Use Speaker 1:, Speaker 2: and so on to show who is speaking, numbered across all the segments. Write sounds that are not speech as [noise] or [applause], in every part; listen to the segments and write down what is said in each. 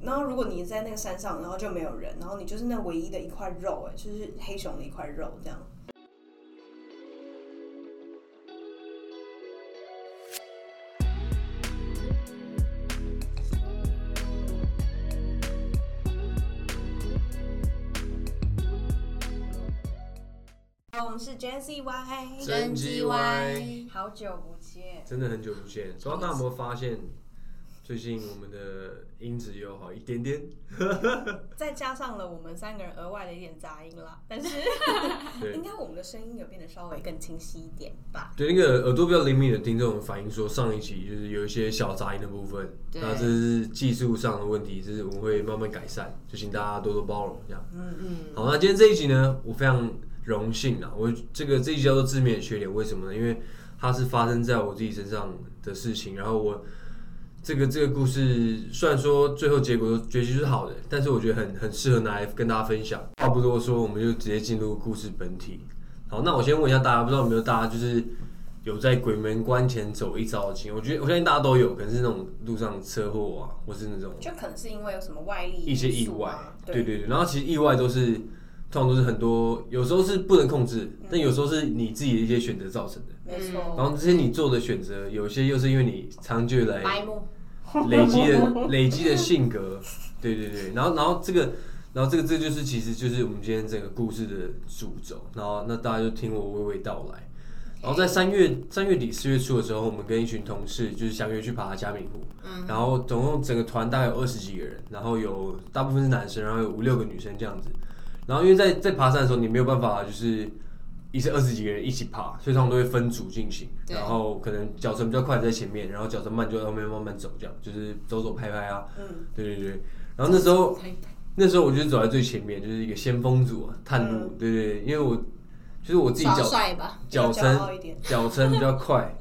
Speaker 1: 然后如果你在那个山上，然后就没有人，然后你就是那唯一的一块肉、哎，就是黑熊的一块肉这样。好，我们是 Gen Z Y，
Speaker 2: 真机歪，
Speaker 1: 好久不见。
Speaker 2: 真的很久不见。不知道大家有没有发现，最近我们的音质有好一点点。
Speaker 1: 再加上了我们三个人额外的一点杂音
Speaker 2: [laughs]
Speaker 1: 啦，但是 [laughs] 应
Speaker 2: 对
Speaker 1: 该我们的声音有变得稍微更清晰一点吧。
Speaker 2: 对，那个耳朵比较灵敏的听众反映说，上一集就是有一些小杂音的部分，
Speaker 3: 对
Speaker 2: 那这是技术上的问题，这是我们会慢慢改善，就请大家多多包容这样。
Speaker 1: 嗯
Speaker 3: 嗯，
Speaker 2: 好，那今天这一集呢，我非常荣幸啊，我这个这一集叫做致命的缺点，为什么呢？因为它是发生在我自己身上的事情，然后我这个这个故事虽然说最后结果结局是好的，但是我觉得很很适合拿来跟大家分享。话不多说，我们就直接进入故事本体。好，那我先问一下大家，不知道有没有大家就是有在鬼门关前走一遭的经验？我觉得我相信大家都有，可能是那种路上车祸啊，或是那种
Speaker 1: 就可能是因为有什么外力、
Speaker 2: 一些意外，对
Speaker 1: 对，
Speaker 2: 对对。然后其实意外都是通常都是很多，有时候是不能控制，
Speaker 1: 嗯
Speaker 2: 但有时候是你自己的一些选择造成的。
Speaker 1: 没
Speaker 2: 然
Speaker 1: 错。
Speaker 2: 后这些你做的选择，有些又是因为你长久以来
Speaker 3: 白目，
Speaker 2: 累积的累积的性格，对对对。然后然后这个，然后这个这就是其实就是我们今天整个故事的主轴。然后那大家就听我娓娓道来。然后在三月三月底四月初的时候，我们跟一群同事就是相约去爬嘉明湖，然后总共整个团大概有二十几个人，然后有大部分是男生，然后有五六个女生这样子。然后因为在在爬山的时候，你没有办法就是一次二十几个人一起爬，所以他们都会分组进行，
Speaker 3: 对
Speaker 2: 然后可能脚程比较快在前面，然后脚程慢就在后面慢慢走，这样就是走走拍拍啊，
Speaker 1: 嗯，
Speaker 2: 对对对。然后那时候那时候我就走在最前面，就是一个先锋组啊，探路，对对对，因为我就是我自己
Speaker 3: 耍
Speaker 2: 脚
Speaker 3: 帅吧，
Speaker 2: 脚
Speaker 1: 嗯比较骄
Speaker 2: 程
Speaker 1: 傲一点嗯
Speaker 2: 脚程比较
Speaker 1: [laughs]
Speaker 2: 快，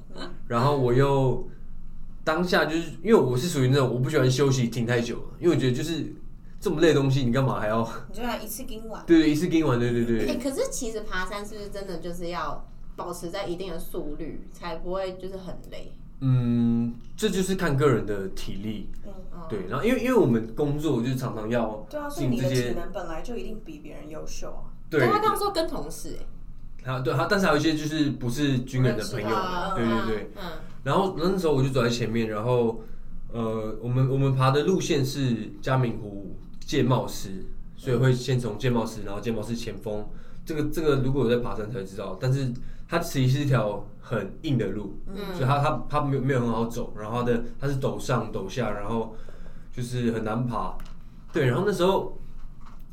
Speaker 2: 然后我又当下就是因为我是属于那种我不喜欢休息停太久了，因为我觉得就是这么累的东西，你干嘛还要。
Speaker 1: 你就要一次盯完
Speaker 2: 对对一次跟完？对对
Speaker 3: 哎、
Speaker 2: 对，
Speaker 3: 可是其实爬山是不是真的就是要保持在一定的速率，才不会就是很累？
Speaker 2: 嗯，这就是看个人的体力，
Speaker 3: 嗯，
Speaker 2: 对。然后因为因为我们工作就是常常要
Speaker 1: 对啊，所以
Speaker 2: 进
Speaker 1: 你
Speaker 2: 这
Speaker 1: 的体
Speaker 2: 些，
Speaker 1: 能本来就一定比别人优秀啊。
Speaker 2: 对
Speaker 3: 但，他刚刚说跟同事、哎，
Speaker 2: 还有对，还有但是还有一些就是不是军人的朋友
Speaker 3: 啊，，
Speaker 2: 对对对。，
Speaker 3: 嗯，
Speaker 2: 然后那时候我就走在前面，然后呃，我们我们爬的路线是嘉明湖戒茂师，所以会先从戒茂师，然后戒茂师前锋。这个这个如果有在爬山才会知道，但是它其实是一条很硬的路，
Speaker 3: 嗯
Speaker 2: 所以它它它没有没有很好走，然后它的它是陡上陡下，然后就是很难爬。对，然后那时候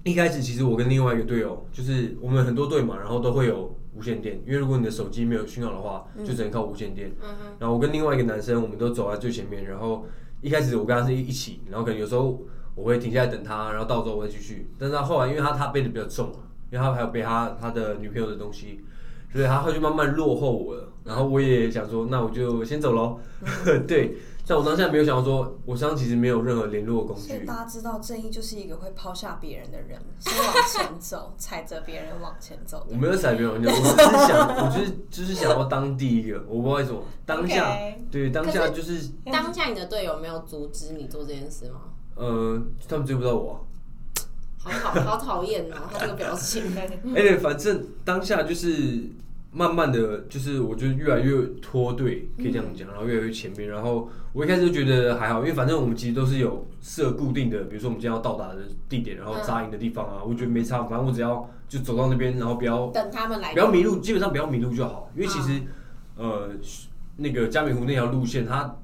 Speaker 2: 一开始其实我跟另外一个队友，就是我们很多队嘛，然后都会有无线电，因为如果你的手机没有讯号的话，就只能靠无线电。
Speaker 3: 嗯
Speaker 2: 然后我跟另外一个男生，我们都走在最前面，然后一开始我跟他是一起，然后可能有时候我会停下来等他，然后到时候我会继续。但是他后来因为他他背的比较重啊，因为他还有背他他的女朋友的东西，所以他后来就慢慢落后我了。然后我也想说，那我就先走喽。对，但我当下没有想到说，我身上其实没有任何联络工
Speaker 1: 所以
Speaker 2: 具。
Speaker 1: 大家知道，正义就是一个会抛下别人的人，先往前走，踩着别人往前走
Speaker 2: 我
Speaker 1: 的。
Speaker 2: 没有踩别人，我只是想，我就是就是想要当第一个，我不知道为什么当下
Speaker 1: OK
Speaker 2: 对当下就是
Speaker 3: 嗯当下你的队友没有阻止你做这件事吗？
Speaker 2: 呃，他们追不到我啊、
Speaker 3: 好讨好讨厌哦，他这个表情，
Speaker 2: 而且哎反正当下就是慢慢的就是，我就越来越脱队，可以这样讲，然后越来越前面。然后我一开始就觉得还好，因为反正我们其实都是有设固定的，比如说我们今天要到达的地点，然后扎营的地方啊，我觉得没差，反正我只要就走到那边，然后不要
Speaker 3: 等他们来，
Speaker 2: 不要迷路，基本上不要迷路就好。因为其实、呃，那个嘉明湖那条路线，它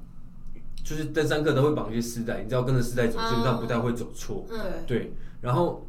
Speaker 2: 就是登山客都会绑一些丝带，你只要跟着丝带走，基本上不太会走错。
Speaker 1: 对，
Speaker 2: 对，然后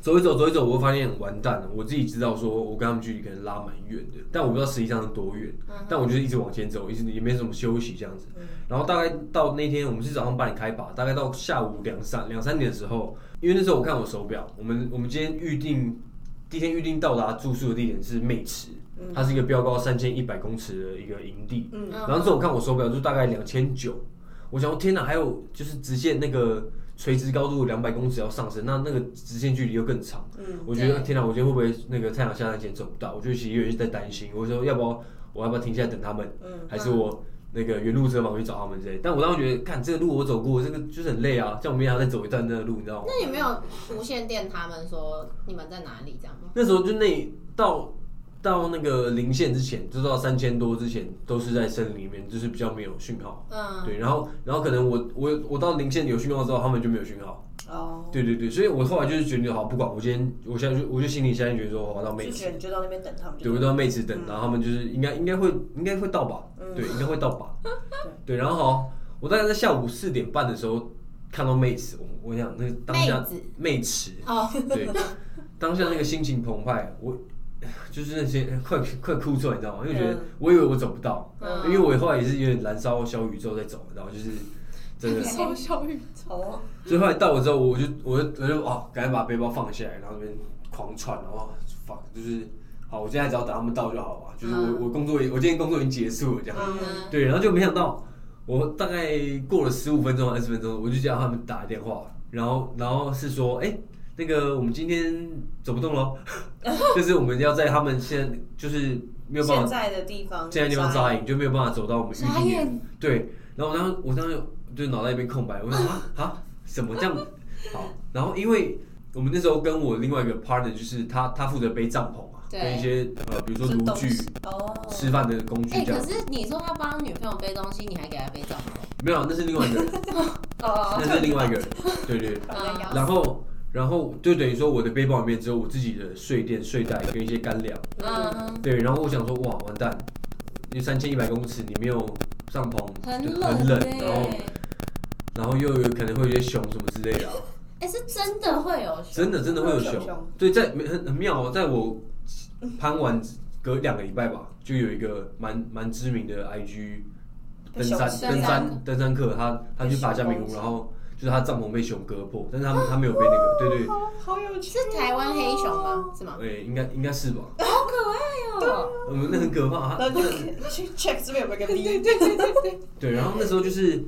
Speaker 2: 走一走走一走，我会发现完蛋了。我自己知道说，我跟他们距离可能拉蛮远的，但我不知道实际上是多远。
Speaker 1: 嗯
Speaker 2: 但我就是一直往前走，一直也没什么休息这样子。然后大概到那天，我们是早上八点开拔，大概到下午两三两三点的时候，因为那时候我看我手表，我们我们今天预定第一天预定到达住宿的地点是妹池，它是一个标高三千一百公尺的一个营地。
Speaker 1: 嗯
Speaker 2: 然后那时候我看我手表就大概两千九，我想说天哪，还有就是直线那个垂直高度两百公尺要上升，那那个直线距离又更长。
Speaker 1: 嗯
Speaker 2: 我觉得
Speaker 3: 对
Speaker 2: 天哪，我今天会不会那个太阳下山前走不到？我就其实有点在担心，我说要不要我要不要停下来等他们？
Speaker 1: 嗯
Speaker 2: 还是我那个原路车嘛，我去找他们之类。但我当时觉得，看这个路我走过，这个就是很累啊，像我们还要再走一段那个路，你知道吗？
Speaker 3: 那你没有无线电他们说你们在哪里这样吗？
Speaker 2: 那时候就那到到那个零线之前，就到三千多之前，都是在森林里面，就是比较没有讯号。
Speaker 3: 嗯，
Speaker 2: 对，然后然后可能我我我到零线有讯号之后，他们就没有讯号。
Speaker 1: 哦，
Speaker 2: 对对对，所以我后来就是决定，好不管，我今天我现在就我就心里现在觉得说，我到妹
Speaker 1: 就
Speaker 2: 子
Speaker 1: 觉，得你就到那边等他们就
Speaker 2: 对，
Speaker 1: 对
Speaker 2: 我
Speaker 1: 了，
Speaker 2: 到妹子等，然后他们就是应该应该会应该会到吧，
Speaker 1: 嗯
Speaker 2: 对，应该会到吧， [laughs] 对，然后好，我大概在下午四点半的时候看到妹子，我我想那个当下
Speaker 3: 妹子
Speaker 2: 妹池，
Speaker 3: 哦， [laughs]
Speaker 2: 对，当下那个心情澎湃，我就是那些快快哭出来，你知道吗？因为觉得
Speaker 1: 嗯
Speaker 2: 我以为我走不到，
Speaker 3: 嗯
Speaker 2: 因为我后来也是有点燃烧小宇宙在走，然后就是真的，
Speaker 1: 烧
Speaker 3: 小雨，
Speaker 1: 哦，
Speaker 2: 所以后来到我之后，我就我就我就哦，赶紧把背包放下来，然后那边狂窜，然后 fuck，就是好，我现在只要等他们到就好了吧，就是我、
Speaker 3: 嗯
Speaker 2: 我工作已我今天工作已经结束了这样，
Speaker 3: 嗯，
Speaker 2: 对，然后就没想到，我大概过了十五分钟、二十分钟，我就叫他们打电话，然后然后是说，哎、那个我们今天走不动了， [laughs] 就是我们要在他们现在就是没有办
Speaker 1: 现
Speaker 2: 法，
Speaker 1: 在的地方，
Speaker 2: 现在地方扎营就没有办法走到我们预
Speaker 3: 傻
Speaker 2: 定点。
Speaker 3: 眼，
Speaker 2: 对，然后然后我当时就脑袋一片空白，我想啊啊，什么这样？好，然后因为我们那时候跟我另外一个 partner，就是他他负责背帐篷啊，
Speaker 3: 对
Speaker 2: 跟一些呃比如说
Speaker 1: 就
Speaker 2: 炉
Speaker 1: 东
Speaker 2: 具、
Speaker 1: 西哦，
Speaker 2: 吃饭的工具
Speaker 3: 哎，
Speaker 2: 这样
Speaker 3: 可。是你说他帮女朋友背东西，你还给他背帐篷？
Speaker 2: 没有，啊那是另外一个人。
Speaker 3: [laughs] 哦
Speaker 2: 那是另外一个人，对对。
Speaker 1: 绑
Speaker 3: 嗯
Speaker 1: 在腰
Speaker 2: 然后，然后就等于说我的背包里面只有我自己的睡垫、睡袋跟一些干粮。
Speaker 3: 嗯，
Speaker 2: 对，然后我想说，哇，完蛋，因为三千一百公尺，你没有帐篷，
Speaker 3: 很
Speaker 2: 就
Speaker 3: 冷
Speaker 2: 很冷，
Speaker 3: 欸
Speaker 2: 然后，然后又有可能会有一些熊什么之类的啊、
Speaker 3: 哎，是真的会有熊，
Speaker 2: 真的真的会有
Speaker 1: 会有
Speaker 2: 熊
Speaker 1: 熊。
Speaker 2: 对，在很很妙哦，在我攀完隔两个礼拜吧，就有一个蛮蛮知名的 IG 登山
Speaker 1: 被熊
Speaker 2: 登
Speaker 3: 攻
Speaker 2: 山登山客，他他去爬
Speaker 1: 被
Speaker 2: 加
Speaker 1: 熊
Speaker 2: 冕湖，
Speaker 1: 攻
Speaker 2: 然后就是他帐篷被熊割破，但是他他没有被那个，对对。
Speaker 1: 好好有趣哦，
Speaker 3: 是台湾黑熊吗？是吗？
Speaker 2: 哎、应该应该是吧？
Speaker 3: 好可爱哦，
Speaker 2: 嗯，那很可怕。他
Speaker 1: 然后就去 check 这边有没有一个
Speaker 3: [laughs]
Speaker 1: B，对
Speaker 2: 对，然后那时候就是，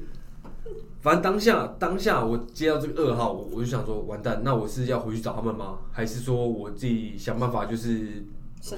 Speaker 2: 反正当下当下我接到这个噩耗，我我就想说，完蛋，那我是要回去找他们吗？还是说我自己想办法就是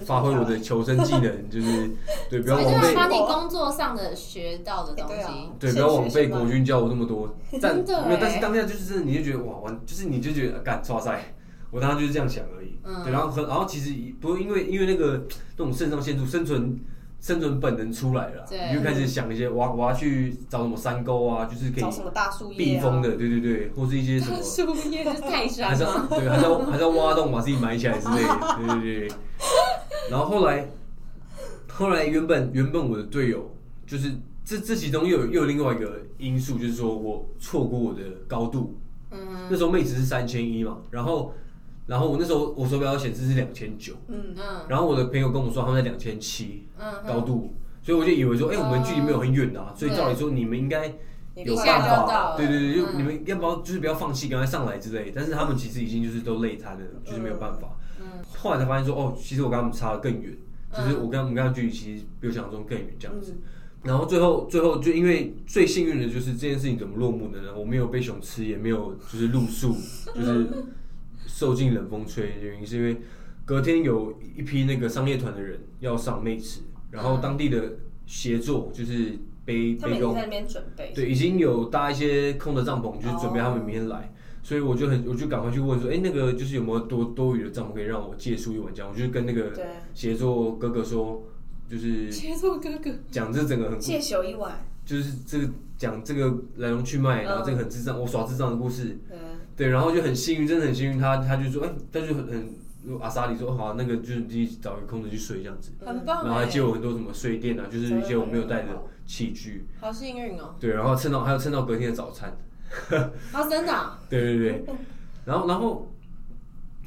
Speaker 2: 发挥我的求生技
Speaker 3: [laughs]
Speaker 2: 能，就是对，不要
Speaker 3: 所以就
Speaker 2: 枉
Speaker 3: 是
Speaker 2: 费，
Speaker 3: 把你工作上的学到的东
Speaker 1: 对
Speaker 3: 西
Speaker 1: 啊，，
Speaker 2: 对，不要枉费国
Speaker 1: 国
Speaker 2: 军教我那么多。
Speaker 3: [laughs]
Speaker 2: 但
Speaker 3: 真的
Speaker 2: 没有，
Speaker 3: 欸
Speaker 2: 但是当下就是真的，你就觉得哇，完，就是你就觉得干抓塞。我当时就是这样想而已，
Speaker 3: 嗯
Speaker 2: 对，然后很，然后其实也不因为因为那个那种肾上腺素生存生存本能出来了啊，
Speaker 3: 对
Speaker 2: 你就开始想一些，我要我要去找什么山沟啊，就是可
Speaker 1: 找什么
Speaker 2: 以
Speaker 1: 大树叶、啊、
Speaker 2: 避风的，对对对，啊或是一些什么，
Speaker 3: [laughs] 树叶是泰
Speaker 2: 还
Speaker 3: 山
Speaker 2: 是
Speaker 3: 吗？
Speaker 2: 要对，还是要还是要挖洞把自己埋起来之类的，对对对。然后后来，后来原本原本我的队友就是这这其中又有又有另外一个因素，就是说我错过我的高度，
Speaker 3: 嗯
Speaker 2: 那时候妹子是三千一嘛，然后然后我那时候我手表显示是两千九，
Speaker 1: 嗯，
Speaker 3: 嗯
Speaker 2: 然后我的朋友跟我说他们在两千七
Speaker 3: 嗯哼，
Speaker 2: 高度，所以我就以为说，哎、我们距离没有很远啊，所以照理说你们应该有
Speaker 3: 一
Speaker 2: 办
Speaker 3: 下就
Speaker 2: 法，
Speaker 3: 到了
Speaker 2: 对对对，就
Speaker 3: 嗯
Speaker 2: 你们要不要就是不要放弃，赶快上来之类的。但是他们其实已经就是都累瘫了，就是没有办法。
Speaker 3: 嗯
Speaker 2: 后来才发现说，哦，其实我跟他们差的更远，就是
Speaker 3: 嗯
Speaker 2: 我跟他们跟他距离其实比我想象中更远这样子。然后最后最后就因为最幸运的就是这件事情怎么落幕的呢？我没有被熊吃，也没有就是露宿，就是受尽冷风吹。原因是因为隔天有一批那个商业团的人要上妹池，然后当地的协作就是背
Speaker 1: 他们
Speaker 2: 背
Speaker 1: 已经
Speaker 2: 工
Speaker 1: 在那边准备，
Speaker 2: 对，已经有搭一些空的帐篷，就是准备他们明天来。所以我就很，我就赶快去问说，哎、那个就是有没有多多余的帐篷可以让我借宿一晚这样？我就跟那个
Speaker 1: 对
Speaker 2: 协作哥哥说，就是
Speaker 3: 协作哥哥，
Speaker 2: 讲这整个很
Speaker 1: 借宿一晚，
Speaker 2: 就是这个讲这个来龙去脉，然后这个很智障，我耍智障的故事，
Speaker 1: 嗯，
Speaker 2: 对，然后就很幸运，真的很幸运，他他就说，哎、他就很很阿萨里说，哦好、那个就是你自己找一个空着去睡这样子，
Speaker 3: 很棒
Speaker 2: 然后还
Speaker 3: 哎
Speaker 2: 借，我很欸多什么睡垫啊，就是一些我没有带的器具，
Speaker 3: 好幸运哦，
Speaker 2: 对，然后趁到还有趁到隔天的早餐，
Speaker 3: 啊真的啊，
Speaker 2: 对对对，然后然后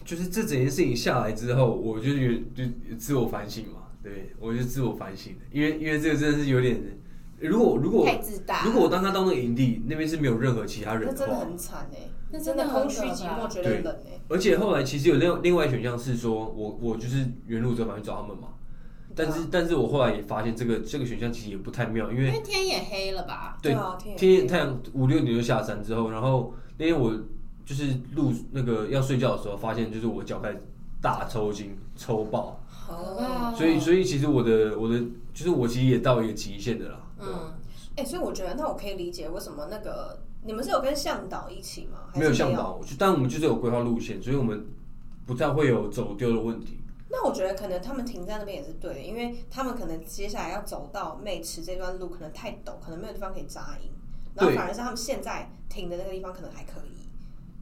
Speaker 2: 就是这整件事情下来之后，我就有就自我反省嘛，对我就自我反省了，因为因为这个真的是有点，如果如果
Speaker 3: 太自大，
Speaker 2: 如果我当他到那个营地，那边是没有任何其他
Speaker 1: 那
Speaker 2: 人的啊
Speaker 1: 真的
Speaker 2: 话，
Speaker 1: 很惨哎，
Speaker 3: 那真
Speaker 1: 真
Speaker 3: 的
Speaker 1: 的
Speaker 3: 很可怕
Speaker 1: 空虚寂寞，觉得冷哎，
Speaker 2: 而且后来其实有另另外一选项是说我我就是原路折返去找他们嘛，但
Speaker 1: 啊
Speaker 2: 是、但是我后来也发现这个这个选项其实也不太妙，因
Speaker 3: 因
Speaker 2: 为
Speaker 3: 为天也黑了吧，
Speaker 2: 对
Speaker 1: 啊，天
Speaker 2: 天
Speaker 1: 也
Speaker 2: 天太阳五六点就下山之后，然后那天我就是路那个要睡觉的时候，发现就是我脚开始大抽筋抽爆，
Speaker 1: 啊
Speaker 3: 好可怕哦，
Speaker 2: 所以所以其实我的我的就是我其实也到一个极限的啦，
Speaker 3: 嗯，
Speaker 1: 哎、所以我觉得那我可以理解为什么那个你们是有跟向导一起吗？还是
Speaker 2: 啊没有向导，我就但我们就是有规划路线，所以我们不太会有走丢的问题。
Speaker 1: 那我觉得可能他们停在那边也是对的，因为他们可能接下来要走到妹池这段路可能太陡，可能没有地方可以扎营，然后
Speaker 2: 对
Speaker 1: 反而是他们现在停的那个地方可能还可以。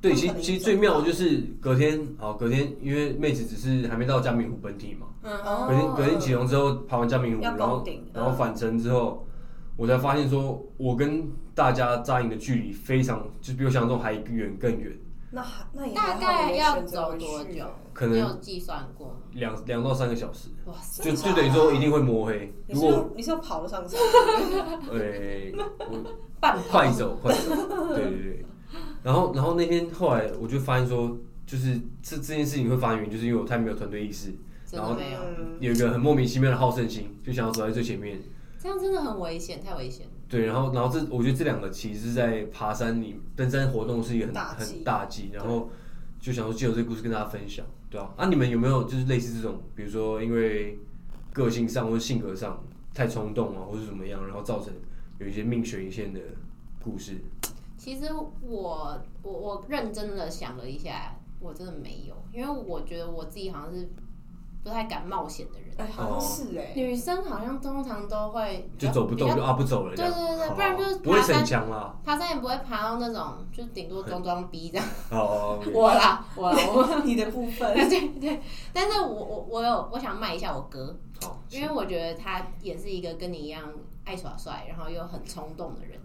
Speaker 2: 对，
Speaker 1: 他们
Speaker 2: 其
Speaker 1: 可能
Speaker 2: 实其
Speaker 1: 已经
Speaker 2: 实最
Speaker 1: 走
Speaker 2: 妙
Speaker 1: 到
Speaker 2: 的就是隔天，好隔天，因为妹子只是还没到嘉明湖本体嘛，
Speaker 3: 嗯
Speaker 1: 哦
Speaker 2: 隔天隔天起床之后爬完嘉明湖，
Speaker 1: 要
Speaker 2: 然后
Speaker 1: 攻顶
Speaker 2: 然后
Speaker 1: 嗯
Speaker 2: 返程之后，我才发现说我跟大家扎营的距离非常，就比我想象中还远更远，
Speaker 1: 那还那也还
Speaker 3: 大
Speaker 1: 好
Speaker 3: 概
Speaker 1: 没
Speaker 3: 要
Speaker 1: 选择
Speaker 3: 走
Speaker 1: 回
Speaker 3: 多
Speaker 1: 去
Speaker 3: 久？
Speaker 2: 可
Speaker 3: 你
Speaker 2: 能
Speaker 3: 有计算过吗？
Speaker 2: 两两到三个小时，
Speaker 3: 哇塞！
Speaker 2: 就
Speaker 1: 真的假的
Speaker 2: 就等于说一定会摸黑。
Speaker 1: 你
Speaker 2: 如
Speaker 1: 是
Speaker 2: 果
Speaker 1: 要你是要跑了上山？
Speaker 2: 诶，
Speaker 1: [laughs]
Speaker 2: 我
Speaker 3: 半跑
Speaker 2: 快走快走，对对对。然后然后那天后来我就发现说，就是这这件事情会发源，就是因为我太没有团队意识，
Speaker 3: 真
Speaker 2: 然
Speaker 3: 的
Speaker 2: 后
Speaker 3: 没有，
Speaker 1: 嗯
Speaker 2: 有一个很莫名其妙的好胜心，就想要走在最前面。
Speaker 3: 这样真的很危险，太危险了。
Speaker 2: 对，然后然后这我觉得这两个其实是在爬山里登山活动是一个很
Speaker 1: 大忌
Speaker 2: 很大忌，然后就想说借由这个故事跟大家分享，对啊，啊你们有没有就是类似这种，比如说因为个性上或者性格上太冲动啊，或是怎么样，然后造成有一些命悬一线的故事？
Speaker 3: 其实我我我认真的想了一下，我真的没有，因为我觉得我自己好像是不太敢冒险的人。
Speaker 1: 哎、
Speaker 2: 哦
Speaker 1: 好像是
Speaker 3: [laughs]
Speaker 1: 哎、
Speaker 3: 女生好像通常都会
Speaker 2: 就走不动
Speaker 3: 比
Speaker 2: 就
Speaker 3: 较
Speaker 2: 啊不走了，这
Speaker 3: 对
Speaker 2: 样
Speaker 3: 对对对
Speaker 2: 好
Speaker 3: 不然就是
Speaker 2: 不会
Speaker 3: 爬山
Speaker 2: 逞强啦。
Speaker 3: 爬山也不会爬到那种，就顶多装装逼这样。
Speaker 2: 哦，
Speaker 3: 我啦， [laughs] 我啦，我
Speaker 1: 你的部分
Speaker 3: 对对对。但是我我我有我想卖一下我哥，
Speaker 2: 好，
Speaker 3: 因为我觉得他也是一个跟你一样爱耍帅，然后又很冲动的人。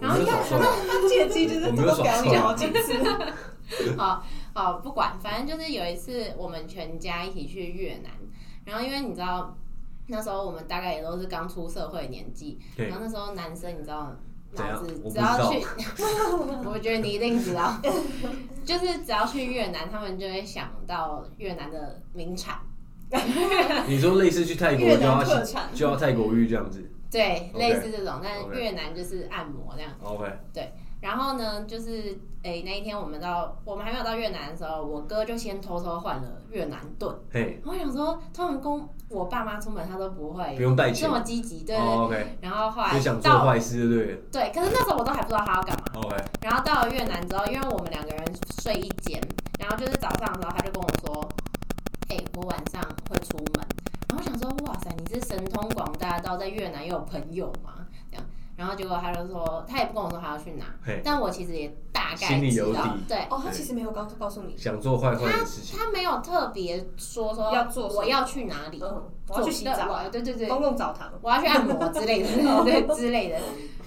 Speaker 3: 然
Speaker 2: 我
Speaker 3: 后你
Speaker 2: 没有
Speaker 3: 看
Speaker 2: 耍帅
Speaker 1: 他借机就是多表演好几次，
Speaker 2: [laughs]
Speaker 3: 好好，哦不管，反正就是有一次我们全家一起去越南，然后因为你知道那时候我们大概也都是刚出社会的年纪，
Speaker 2: 对
Speaker 3: 然后那时候男生你知道
Speaker 2: 怎
Speaker 3: 脑
Speaker 2: 样
Speaker 3: 子
Speaker 2: 我不
Speaker 3: 只要
Speaker 2: 知道
Speaker 3: 去， [laughs] 我觉得你一定知道， [laughs] 就是只要去越南，他们就会想到越南的名产。
Speaker 2: 你说类似去泰国
Speaker 1: 越
Speaker 2: 就要
Speaker 1: 南特产
Speaker 2: 就要泰国浴这样子
Speaker 3: 对
Speaker 2: OK，
Speaker 3: 类似这种，但是
Speaker 2: OK
Speaker 3: 越南就是按摩这样。
Speaker 2: ，OK，
Speaker 3: 然后呢，就是诶、那一天我们到我们还没有到越南的时候，我哥就先偷偷换了越南盾。
Speaker 2: 嘿，
Speaker 3: 我想说，通常跟我爸妈出门，他都不会
Speaker 2: 不用带
Speaker 3: 这
Speaker 2: 钱
Speaker 3: 么积极，对对对。
Speaker 2: 哦，OK，
Speaker 3: 然后后
Speaker 2: 就
Speaker 3: 来
Speaker 2: 想做
Speaker 3: 到
Speaker 2: 坏事就对了哦
Speaker 3: 对，可是那时候我都还不知道他要干嘛。
Speaker 2: ，OK，
Speaker 3: 然后到了越南之后，因为我们两个人睡一间，然后就是早上的时候他就跟我说：“哎、我晚上会出门。”然后我想说：“哇塞，你是神通广大到在越南又有朋友吗？”这样，然后结果他就说，他也不跟我说他要去哪，
Speaker 2: 嘿，
Speaker 3: 但我其实也大概
Speaker 2: 心里
Speaker 3: 知
Speaker 2: 有
Speaker 3: 道
Speaker 2: 底，
Speaker 3: 对。
Speaker 1: 哦，他其实没有告告诉你，
Speaker 2: 想做坏坏的事情，
Speaker 3: 他没有特别说说
Speaker 1: 要做什么
Speaker 3: 我要去哪里，
Speaker 1: 嗯，我要去洗
Speaker 3: 对
Speaker 1: 澡，
Speaker 3: 我对对对，
Speaker 1: 公共澡堂，
Speaker 3: 我要去按摩之类的，对对之类的。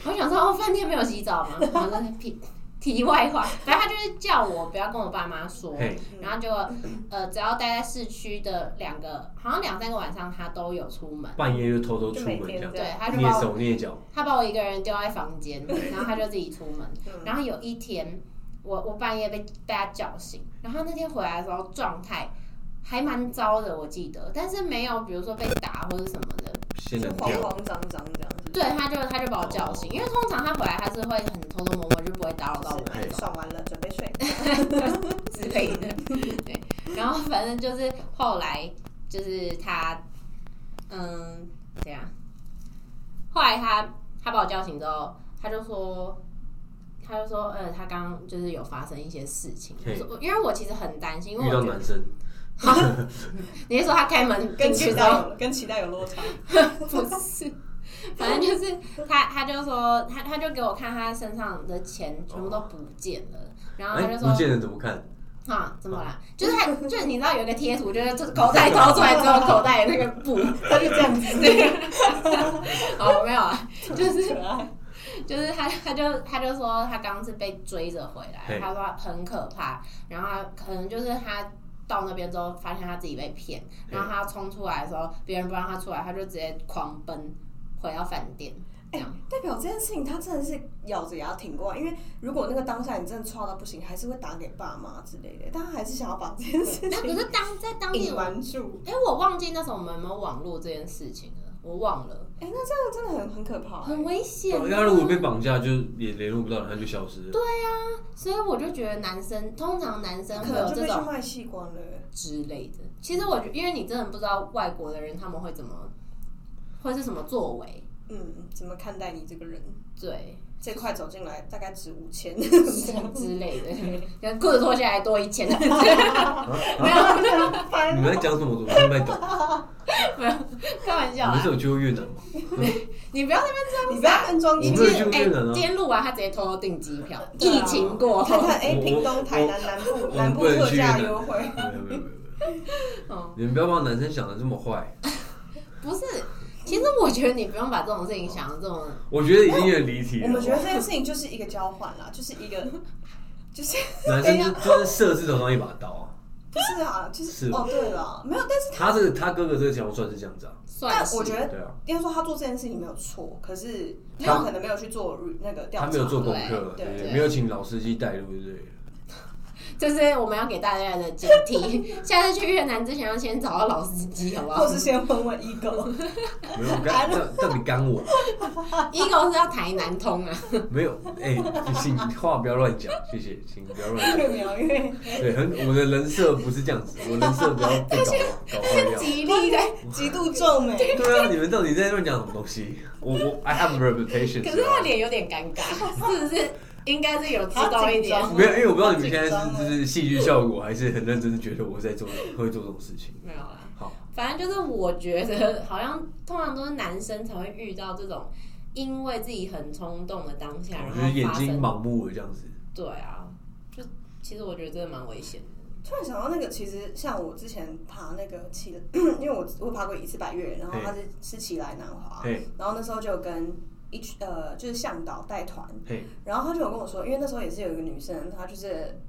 Speaker 3: 我想说，哦，饭店没有洗澡吗？然后那题哦题外话，反正他就是叫我不要跟我爸妈说，
Speaker 2: 嘿，
Speaker 3: 然后就呃，只要待在市区的两个，好像两三个晚上，他都有出门。
Speaker 2: 半夜就偷偷出门
Speaker 1: 就每
Speaker 2: 这
Speaker 1: 天
Speaker 2: 样，
Speaker 1: 这
Speaker 3: 对
Speaker 1: 样，
Speaker 3: 他就
Speaker 2: 蹑
Speaker 3: 把我
Speaker 2: 手蹑脚，
Speaker 3: 他把我一个人丢在房间，然后他就自己出门。
Speaker 1: 嗯，
Speaker 3: 然后有一天，我我半夜被被他叫醒，然后那天回来的时候状态还蛮糟的，我记得，但是没有比如说被打或者什么的，
Speaker 2: 仙
Speaker 1: 就
Speaker 2: 人
Speaker 1: 慌
Speaker 2: 跳，
Speaker 1: 慌张张这样子，
Speaker 3: 对，他就他就把我叫醒，因为通常他回来他是会很偷偷摸摸，就不会打扰到我
Speaker 1: 就是
Speaker 3: 那
Speaker 1: 爽完了准备睡，
Speaker 3: 种 [laughs] 之类的。对，然后反正就是后来就是他，嗯，怎样？后来他他把我叫醒之后，他就说。他就说，呃，他刚刚就是有发生一些事情，就
Speaker 2: 嘿
Speaker 3: 是我因为我其实很担心，因为
Speaker 2: 遇
Speaker 3: 我
Speaker 2: 到
Speaker 3: 觉得
Speaker 2: 男生，
Speaker 3: 你是说他开门
Speaker 1: 跟
Speaker 3: 进去
Speaker 1: 期
Speaker 3: 之
Speaker 1: 待
Speaker 3: 后，
Speaker 1: 有跟期待有落差，
Speaker 3: [laughs] 不是，反正就是他，他就说他，他就给我看他身上的钱全部都不见了，然后他
Speaker 2: 哎，
Speaker 3: 就
Speaker 2: 不
Speaker 3: 说
Speaker 2: 见人怎么看？
Speaker 3: 啊，怎么啦？就是他，就是你知道有一个贴图，就是就是口袋掏出来之后，口袋的那个布，
Speaker 1: 他就这样 [laughs] 子，
Speaker 3: 对，哦，没有啊，就是
Speaker 1: 可爱，
Speaker 3: 就是他，他就他就说他刚刚是被追着回来，
Speaker 2: 嘿
Speaker 3: 他说他很可怕，然后他可能就是他。到那边之后，发现他自己被骗，然后他冲出来的时候，别人不让他出来，他就直接狂奔回到饭店。 [laughs] 这样。
Speaker 1: 哎代表这件事情他真的是咬着牙挺过来，因为如果那个当下你真的错到不行，还是会打给爸妈之类的，但他还是想要把这件 [laughs] 事
Speaker 3: 那可
Speaker 1: 情
Speaker 3: 是当在当地
Speaker 1: 隐
Speaker 3: 我，哎、
Speaker 1: 瞒住，
Speaker 3: 我忘记那时候我们有没有网络这件事情了，我忘了，
Speaker 1: 哎，那这样真的很很啊可怕，
Speaker 3: 很危险、
Speaker 2: 哦他啊如果被绑架，就也联络不到人，他就消失了。
Speaker 3: 所以我就觉得男生，通常男生
Speaker 1: 可
Speaker 3: 会
Speaker 1: 能
Speaker 3: 有
Speaker 1: 就
Speaker 3: 这
Speaker 1: 被去
Speaker 3: 种
Speaker 1: 卖器官了。
Speaker 3: 之类的。其实我觉得，因为你真的不知道外国的人他们会怎么，会是什么作为，
Speaker 1: 嗯，怎么看待你这个人？
Speaker 3: 对，
Speaker 1: 这块走进来大概值五千， [laughs]
Speaker 3: 之类的，然后裤子脱下来多一千，没有啊
Speaker 2: 你们在讲什么？我怎么听不太懂？
Speaker 3: 没有，开玩笑
Speaker 2: 你们
Speaker 3: 啦
Speaker 2: 是，有去过越南吗？
Speaker 3: 你不要在那
Speaker 1: 你不
Speaker 3: 边这
Speaker 1: 要
Speaker 3: 样
Speaker 1: 跟装
Speaker 2: 我
Speaker 1: 机
Speaker 2: 没
Speaker 3: 子
Speaker 2: 有
Speaker 3: 啊。
Speaker 2: 去
Speaker 3: 今
Speaker 2: 过越
Speaker 3: 天
Speaker 2: 南啊
Speaker 3: 哎，今天录完他直接偷偷订机票，
Speaker 1: 对啊
Speaker 3: 疫
Speaker 1: [laughs]
Speaker 3: 情过后
Speaker 1: 看，看哎，
Speaker 2: 我
Speaker 1: 屏东、台南、南
Speaker 2: 我
Speaker 1: 部、
Speaker 2: 们
Speaker 1: 南部
Speaker 2: 哦不能
Speaker 1: 特
Speaker 2: 去越
Speaker 1: 价
Speaker 2: 南
Speaker 1: 优惠。
Speaker 2: 没有没有没有没有，
Speaker 3: 嗯，
Speaker 2: 你们不要把男生想的这么坏。
Speaker 3: 不是，其实我觉得你不用把这种事情想的这么，
Speaker 2: 我觉得已经有点离题了。
Speaker 1: 我们觉得这件事情就是一个交换啦，就是一 [laughs] 个，就是 [laughs]
Speaker 2: 男
Speaker 1: 等
Speaker 2: 生
Speaker 1: 一
Speaker 2: 就
Speaker 1: 下
Speaker 2: 就是射自头上一把刀啊。
Speaker 1: 不是啊，就是
Speaker 2: 是
Speaker 1: 哦，对了，没有，但是
Speaker 2: 他这个他哥哥这个情况算是这样子啊，
Speaker 3: 算
Speaker 1: 但
Speaker 3: 是
Speaker 1: 我觉得
Speaker 2: 对啊，
Speaker 1: 应该说他做这件事情没有错，可是
Speaker 2: 他
Speaker 1: 他可能没有去做那个调查，
Speaker 2: 他没有做功课，
Speaker 1: 对对
Speaker 2: 对不
Speaker 3: 对
Speaker 2: 对，没有请老司机带路，对不对？
Speaker 1: [laughs]
Speaker 3: 就是我们要给大家的警惕， [laughs] 下次去越南之前要先找到老司机，好不
Speaker 1: 或
Speaker 3: 好
Speaker 1: 是先问问 [laughs] ego，
Speaker 2: 没有干，到到底干我？
Speaker 3: ？Ego 是要台南通啊，
Speaker 2: 没有，哎，请话不要乱讲，谢谢，请不要乱讲。
Speaker 1: 越描越
Speaker 2: 对，很我的人设不是这样子，我人设不要
Speaker 1: [laughs]
Speaker 2: 被搞搞坏掉。
Speaker 3: 吉利的。
Speaker 1: 极度皱眉，
Speaker 2: 对啊，你们到底在乱讲什么东西？我我 I have a reputation，
Speaker 3: 可是他脸有点尴尬，是不是？应该是有知道一点
Speaker 1: 他紧。张
Speaker 2: 没有，因为我不知道你们现在
Speaker 1: 好紧
Speaker 2: 是
Speaker 1: 张哦
Speaker 2: 就是戏剧效果，还是很认真的觉得我在做会做这种事情。
Speaker 3: 没有啦，
Speaker 2: 好，
Speaker 3: 反正就是我觉得好像通常都是男生才会遇到这种，因为自己很冲动的当下，然
Speaker 2: 我就
Speaker 3: 后
Speaker 2: 是眼
Speaker 3: 发
Speaker 2: 睛
Speaker 3: 生。
Speaker 2: 盲目了这样子。
Speaker 3: 对啊，就其实我觉得真的蛮危险的。
Speaker 1: 突然想到那个，其实像我之前爬那个奇， [coughs] 因为我我爬过一次百越，然后它是是奇来南华，
Speaker 2: 嘿，
Speaker 1: 然后那时候就有跟一群呃就是向导带团，
Speaker 2: 嘿，
Speaker 1: 然后他就有跟我说，因为那时候也是有一个女生，她就是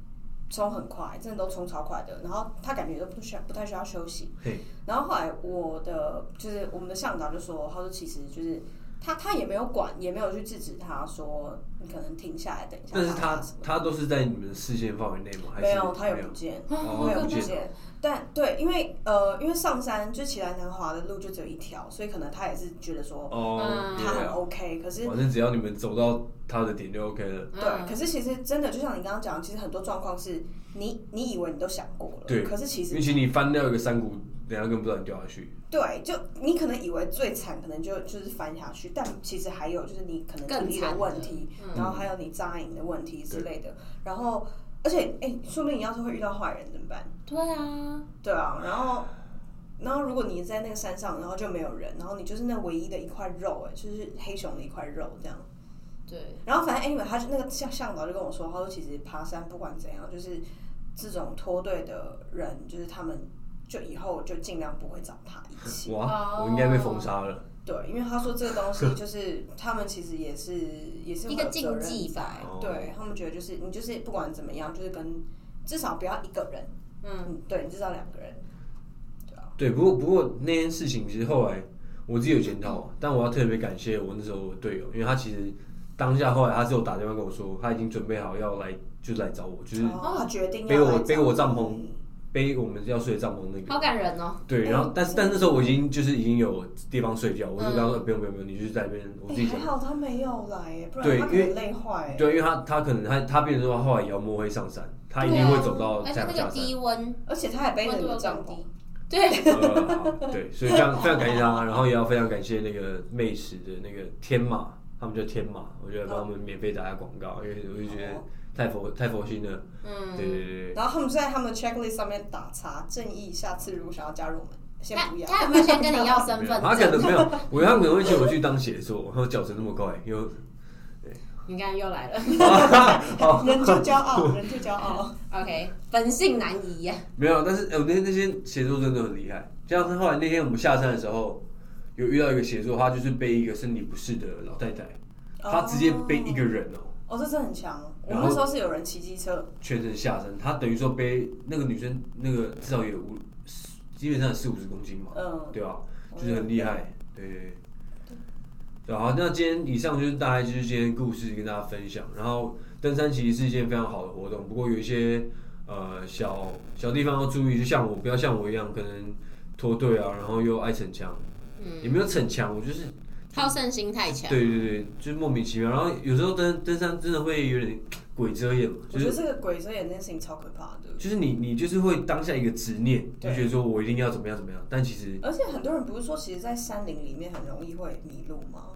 Speaker 1: 冲很快，真的都冲超快的，然后她感觉都不需要不太需要休息
Speaker 2: 嘿。
Speaker 1: 然后后来我的就是我们的向导就说，他说其实就是他他也没有管，也没有去制止他说你可能停下来等一下
Speaker 2: 但是
Speaker 1: 发
Speaker 2: 他
Speaker 1: 生什么。
Speaker 2: 他都是在你们视线范围内吗？还是
Speaker 1: 没有，他也
Speaker 2: 没有
Speaker 1: 不见，
Speaker 2: 哦
Speaker 1: 我也
Speaker 2: 不
Speaker 1: 不
Speaker 2: 见
Speaker 1: 见。但对，因为呃，因为上山就奇来南华的路就只有一条，所以可能他也是觉得说
Speaker 2: 哦
Speaker 3: 嗯，
Speaker 1: 他
Speaker 2: 对
Speaker 1: 很
Speaker 2: 啊
Speaker 1: OK，、可是
Speaker 2: 反正只要你们走到他的点就 OK 了。
Speaker 1: 对，啊
Speaker 3: 嗯
Speaker 1: 可是其实真的就像你刚刚讲，其实很多状况是你你以为你都想过了，
Speaker 2: 对
Speaker 1: 可是其
Speaker 2: 尤
Speaker 1: 实
Speaker 2: 其你翻掉一个山谷，等一下更不知道你掉下去。
Speaker 1: 对，就你可能以为最惨，可能就就是翻下去，但其实还有就是你可能体
Speaker 3: 更
Speaker 1: 力
Speaker 3: 惨
Speaker 1: 的
Speaker 3: 的
Speaker 1: 问题，
Speaker 3: 嗯
Speaker 1: 然后还有你扎营的问题之类的，然后而且哎、说不定你要是会遇到坏人怎么办？
Speaker 3: 对啊，
Speaker 1: 对啊，然后。然后，如果你在那个山上，然后就没有人，然后你就是那唯一的一块肉，哎，就是黑熊的一块肉这样。
Speaker 3: 对，
Speaker 1: 然后反正 anyway，他就那个向向导就跟我说，他说其实爬山不管怎样，就是这种脱队的人，就是他们就以后就尽量不会找他一起。
Speaker 2: 哇，
Speaker 3: 哦
Speaker 2: 我应该被封杀了。
Speaker 1: 对，因为他说这个东
Speaker 2: [laughs]
Speaker 1: 西就是他们其实也是也是会
Speaker 3: 一个
Speaker 1: 有责
Speaker 3: 禁
Speaker 1: 任
Speaker 3: 忌吧
Speaker 1: 在对他们觉得就是你就是不管怎么样，就是跟至少不要一个人，
Speaker 3: 嗯，
Speaker 1: 嗯，对，你至少两个人。对啊，
Speaker 2: 对，不过不过那件事情其实后来我自己有检讨，啊但我要特别感谢我那时候我队友，因为他其实当下后来他是有打电话跟我说，他已经准备好要来就是来找我，就是
Speaker 1: 然后他决定要
Speaker 2: 背我
Speaker 1: 来找
Speaker 2: 背我帐篷
Speaker 1: 你
Speaker 2: 背我们要睡的帐篷那个。
Speaker 3: 好感人哦。
Speaker 2: 对，然后但是但那时候我已经就是已经有地方睡觉，我就跟
Speaker 3: 嗯
Speaker 2: 他说不用不用不用，你就是在那边我自
Speaker 1: 哎，
Speaker 2: 己
Speaker 1: 还
Speaker 2: 讲。
Speaker 1: 好他没有来，哎不然
Speaker 2: 对
Speaker 1: 他可
Speaker 2: 因为
Speaker 1: 能累坏。哎
Speaker 2: 对，因为他他可能他他变成说他后来摇摸会上山，他一定会走到
Speaker 3: 啊而
Speaker 2: 太
Speaker 3: 且
Speaker 2: 阳
Speaker 3: 那
Speaker 2: 下山。
Speaker 3: 个
Speaker 2: [laughs]
Speaker 3: 低温，
Speaker 1: 而且他还背着
Speaker 3: 温
Speaker 1: 你
Speaker 3: 度
Speaker 1: 的
Speaker 3: 又
Speaker 1: 帐
Speaker 3: 更
Speaker 1: 篷
Speaker 3: 低。。对，
Speaker 2: 呃，对，所以非常非常感谢他，然后也要非常感谢那个妹史的那个天马，他们叫天马，我觉得帮我们免费打下广告，因为我就觉得太佛太佛心了，对对
Speaker 3: 哦嗯，
Speaker 2: 对对。
Speaker 1: 然后他们在他们的 checklist 上面打叉，正义下次如果想要加入我们，先
Speaker 3: 他
Speaker 1: 不要。
Speaker 3: 他有没有先跟你要身份
Speaker 2: 他可
Speaker 3: 证？
Speaker 2: 能 [laughs] 没有，我觉得他可能会请我去当写作，然后脚程那么快，又
Speaker 3: 你看又来了 [laughs]
Speaker 1: [laughs] 人就骄
Speaker 2: 哦
Speaker 1: 傲，人就骄傲。
Speaker 3: ，OK，本性难移呀。
Speaker 2: 没有，但是呃，那那些写作真的很厉害，像是后来那天我们下山的时候，有遇到一个写作，他就是背一个身体不适的老太太， [laughs] 他直接背一个人哦，
Speaker 1: 哦，这真的很强。我
Speaker 2: 然
Speaker 1: 们
Speaker 2: 后
Speaker 1: 那时候是有人骑机车，
Speaker 2: 全程下山，他等于说背那个女生那个至少也有五，基本上有四五十公斤嘛，
Speaker 1: 嗯，
Speaker 2: 对吧、就是很厉害，对对对。对好，那今天以上就是大概就是今天故事跟大家分享。然后登山其实是一件非常好的活动，不过有一些呃小小地方要注意，就像我不要像我一样，可能脱队啊，然后又爱逞强，也
Speaker 3: 嗯，
Speaker 2: 没有逞强，我就是
Speaker 3: 好胜心太强。
Speaker 2: 对对对，就是莫名其妙。然后有时候登登山真的会有点鬼遮眼嘛，
Speaker 1: 我
Speaker 2: 就
Speaker 1: 觉
Speaker 2: 是
Speaker 1: 得这个鬼遮眼那件事情超可怕的。
Speaker 2: 就是你你就是会当下一个执念，就
Speaker 1: 对
Speaker 2: 觉得说我一定要怎么样怎么样，但其实
Speaker 1: 而且很多人不是说，其实，在山林里面很容易会迷路吗？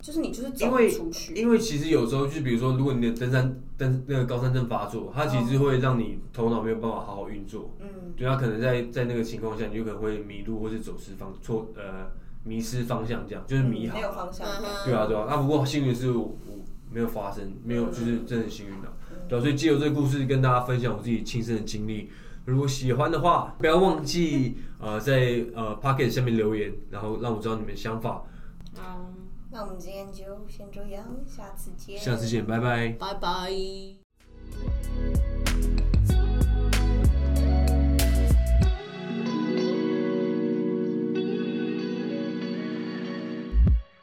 Speaker 1: 就是你就是走
Speaker 2: 因
Speaker 1: 不
Speaker 2: 为
Speaker 1: 出去，
Speaker 2: 因为其实有时候，就比如说，如果你的登山登那个高山症发作，它其实会让你头脑没有办法好好运作。
Speaker 1: 嗯，
Speaker 2: 对，它可能在在那个情况下，你就可能会迷路，或是走失方错呃迷失方向，这样就是迷
Speaker 1: 没
Speaker 2: 航。
Speaker 1: 有方向感，
Speaker 3: 嗯
Speaker 2: 对啊，对啊。那、不过幸运是我我没有发生，没有就是真的很幸运的、对啊，所以借由这个故事跟大家分享我自己亲身的经历。如果喜欢的话，不要忘记呃在呃 Pocket 下面留言，然后让我知道你们想法。
Speaker 3: 嗯，
Speaker 1: 那我们今天就先这样，下次见，
Speaker 2: 下次见，拜拜。
Speaker 3: 拜拜。